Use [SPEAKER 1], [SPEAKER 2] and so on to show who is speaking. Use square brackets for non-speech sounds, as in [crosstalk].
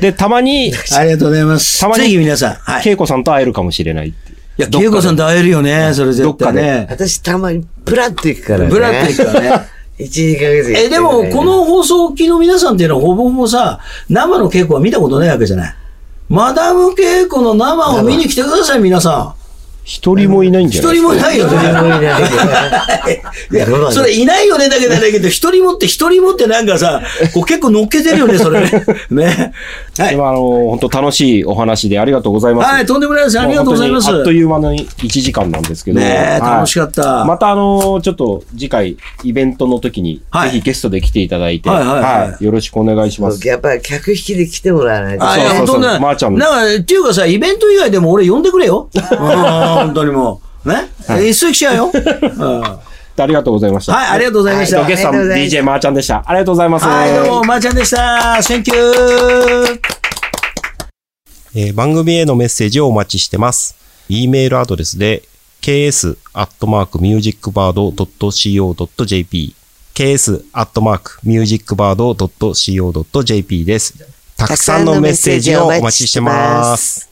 [SPEAKER 1] で、たまに、
[SPEAKER 2] ありがとうございます。
[SPEAKER 1] たまに
[SPEAKER 2] ぜひ皆さん。はい。い
[SPEAKER 1] 恵子さんと会えるかもしれない。
[SPEAKER 2] や、恵子さんと会えるよね、それ絶対ね。
[SPEAKER 3] 私たまにプラッと行くからね。
[SPEAKER 2] ブラッと行くからね。
[SPEAKER 3] 一、二ヶ月行
[SPEAKER 2] え、でも、こ、の放送機の皆さんっていうのはほぼほぼさ、生の稽古は見たことないわけじゃない。マダム稽古の生を見に来てください、皆さ
[SPEAKER 1] 一人もいないん
[SPEAKER 2] ん。
[SPEAKER 1] じゃ
[SPEAKER 2] 一
[SPEAKER 1] ない
[SPEAKER 2] 人もいないよ
[SPEAKER 3] 一人もい
[SPEAKER 2] ね。
[SPEAKER 3] な
[SPEAKER 2] [laughs]
[SPEAKER 3] いけ
[SPEAKER 2] いや
[SPEAKER 3] ど。
[SPEAKER 2] それいないよねだけじゃないけど、一人もって一人もってなんかさ、こう結構乗っけてるよね、それね。ね。は
[SPEAKER 1] で
[SPEAKER 2] い。
[SPEAKER 1] もあの、本当楽しいお話でありがとうございます。
[SPEAKER 2] はい、とんでもないです。ありがとうございます。
[SPEAKER 1] もう本当にあっという間に1時間なんですけど。
[SPEAKER 2] ねえ
[SPEAKER 1] はい
[SPEAKER 2] 楽しかった
[SPEAKER 1] またあのーちょっと次回イベントの時に、
[SPEAKER 2] はい
[SPEAKER 1] ぜひゲストで来ていただいて、
[SPEAKER 2] はいはいはい
[SPEAKER 1] よろしくお願いします。
[SPEAKER 3] やっぱり客引きで来てもらわないと。
[SPEAKER 2] あ、い
[SPEAKER 1] そう
[SPEAKER 2] や、
[SPEAKER 1] そう
[SPEAKER 2] 本
[SPEAKER 1] そう
[SPEAKER 2] 当ね。
[SPEAKER 1] まーちゃんの
[SPEAKER 2] なんか、っていうかさ、イベント以外でも俺呼んでく
[SPEAKER 1] [laughs]
[SPEAKER 2] れよ。うん、本当にもう。ね。一斉来ちゃう
[SPEAKER 1] [laughs]
[SPEAKER 2] よ。うんはい、
[SPEAKER 1] ありがとうございました。
[SPEAKER 2] ありがとうございました。
[SPEAKER 3] は
[SPEAKER 2] はい
[SPEAKER 1] ゲストの DJ まーちゃんでした。ありがとうございます。
[SPEAKER 2] い、どうも、まーちゃんでした。センキュー。
[SPEAKER 4] えー番組へのメッセージをお待ちしてます。e メールアドレスで ks.musicbird.co.jp ks.musicbird.co.jp です。たくさんのメッセージをお待ちしてます。